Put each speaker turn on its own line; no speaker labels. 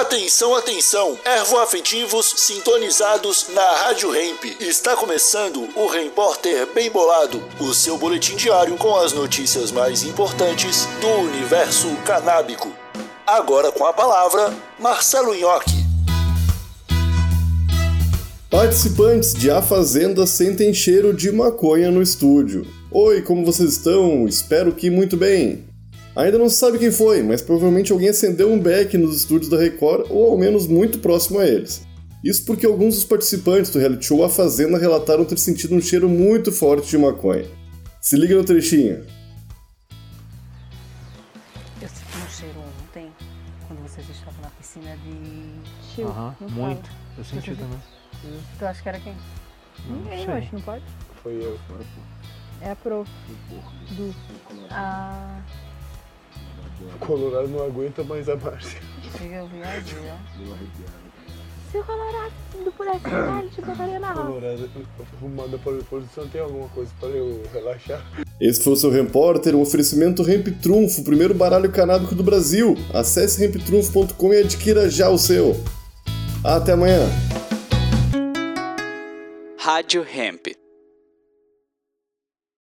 Atenção, atenção! Ervoafetivos sintonizados na Rádio Hemp. Está começando o Repórter Bem Bolado, o seu boletim diário com as notícias mais importantes do universo canábico. Agora com a palavra, Marcelo Nhoque.
Participantes de A Fazenda sentem cheiro de maconha no estúdio. Oi, como vocês estão? Espero que muito bem. Ainda não se sabe quem foi, mas provavelmente alguém acendeu um beck nos estúdios da Record ou ao menos muito próximo a eles. Isso porque alguns dos participantes do reality show A Fazenda relataram ter sentido um cheiro muito forte de maconha. Se liga no trechinho.
Eu senti um cheiro ontem, quando vocês estavam na piscina de Chiu.
Aham,
não
muito.
fala.
Eu senti
Você
também.
Tu acha que era quem? Ninguém, eu
sei.
acho, não pode? Foi eu. É a pro. Do. Ah,
O Colorado não aguenta mais a Márcia.
chega a viagem, ó. Se o Colorado não pudesse ficar, ele te botaria na
O
roda.
Colorado arrumada para a produção, tem alguma coisa para eu relaxar?
Esse foi o seu repórter, um oferecimento Ramp Trunfo, o primeiro baralho canábico do Brasil. Acesse ramptrunfo.com e adquira já o seu. Até amanhã!
Rádio Hemp.